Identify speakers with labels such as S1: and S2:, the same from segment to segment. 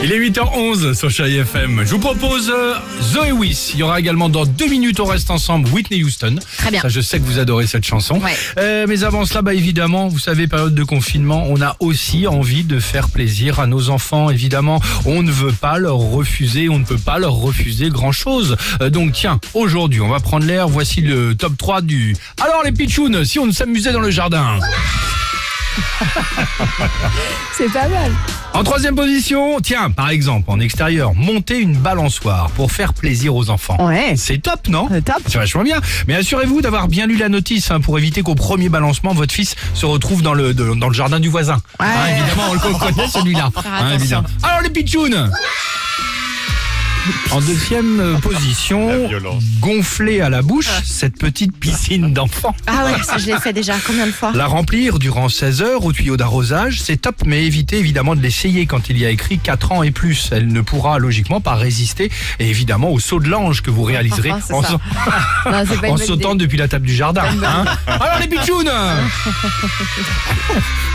S1: 8h11 sur Chérie FM. Je vous propose euh, Zoé Wiss. Il y aura également dans deux minutes, on reste ensemble, Whitney Houston.
S2: Très bien.
S1: Ça, je sais que vous adorez cette chanson.
S2: Ouais.
S1: Euh, mais avant cela, bah, évidemment, vous savez, période de confinement, on a aussi envie de faire plaisir à nos enfants. Évidemment, on ne veut pas leur refuser, on ne peut pas leur refuser grand-chose. Euh, donc tiens, aujourd'hui, on va prendre l'air. Voici le top 3 du... Alors les pitchounes, si on s'amusait dans le jardin
S2: C'est pas mal.
S1: En troisième position, tiens, par exemple, en extérieur, monter une balançoire pour faire plaisir aux enfants.
S2: Ouais.
S1: C'est top, non
S2: Euh, top.
S1: C'est vachement bien. Mais assurez-vous d'avoir bien lu la notice hein, pour éviter qu'au premier balancement, votre fils se retrouve dans le, de- dans le jardin du voisin. Hein,
S2: Ouais.
S1: évidemment, on le connaît celui-là. Hein,
S2: attention.
S1: évidemment. Alors les pitchounes en deuxième euh, position, gonfler à la bouche cette petite piscine d'enfant.
S2: Ah ouais, ça je l'ai fait déjà. Combien de fois
S1: La remplir durant 16 heures au tuyau d'arrosage, c'est top, mais évitez évidemment de l'essayer quand il y a écrit 4 ans et plus. Elle ne pourra logiquement pas résister, et évidemment au saut de l'ange que vous réaliserez
S2: Ah, c'est
S1: en,
S2: ça.
S1: sa-
S2: Non, c'est pas une
S1: en
S2: bonne
S1: sautant
S2: idée.
S1: depuis la table du jardin. hein. Alors les pitchounes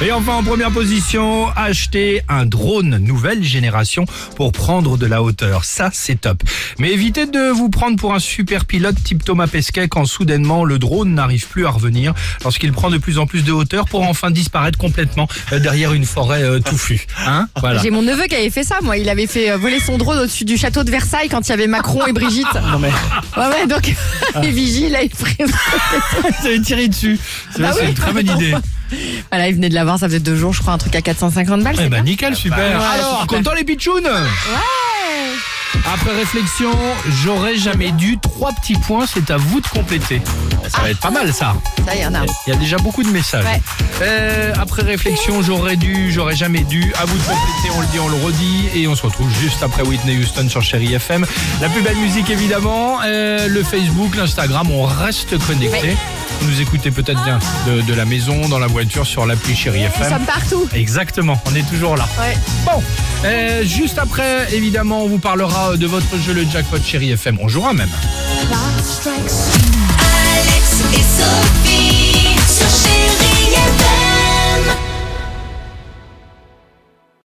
S1: Et enfin en première position, acheter un drone nouvelle génération pour prendre de la hauteur. Ça c'est top. Mais évitez de vous prendre pour un super pilote type Thomas Pesquet quand soudainement le drone n'arrive plus à revenir lorsqu'il prend de plus en plus de hauteur pour enfin disparaître complètement euh, derrière une forêt euh, touffue. Hein voilà.
S2: J'ai mon neveu qui avait fait ça, moi. Il avait fait euh, voler son drone au-dessus du château de Versailles quand il y avait Macron et Brigitte. Non mais. Ouais, ouais, donc les vigiles, là, ils prenaient-
S1: Vous avez tiré dessus. C'est
S2: Bah
S1: c'est
S2: oui.
S1: une très bonne idée.
S2: Voilà, ils venaient de l'avoir, ça faisait deux jours, je crois, un truc à 450 balles.
S1: Eh
S2: c'est
S1: ben nickel, super.
S2: Ouais,
S1: Alors,
S2: super.
S1: content les pitchounes
S2: Ouais.
S1: Après réflexion, j'aurais jamais dû. Trois petits points, c'est à vous de compléter. Ça va être pas mal ça.
S2: Ça, il y en a.
S1: Il y a déjà beaucoup de messages.
S2: Ouais.
S1: Euh, après réflexion, j'aurais dû, j'aurais jamais dû. À vous de compléter, on le dit, on le redit. Et on se retrouve juste après Whitney Houston sur Chéri FM. La plus belle musique évidemment. Euh, le Facebook, l'Instagram, on reste connecté. Vous nous écoutez peut-être bien de, de la maison, dans la voiture, sur l'appli Chéri
S2: Nous
S1: FM.
S2: sommes partout.
S1: Exactement, on est toujours là.
S2: Ouais.
S1: Bon, euh, juste après, évidemment, on vous parlera de votre jeu, le jackpot chéri FM. On jouera même.
S3: Alex et Sophie.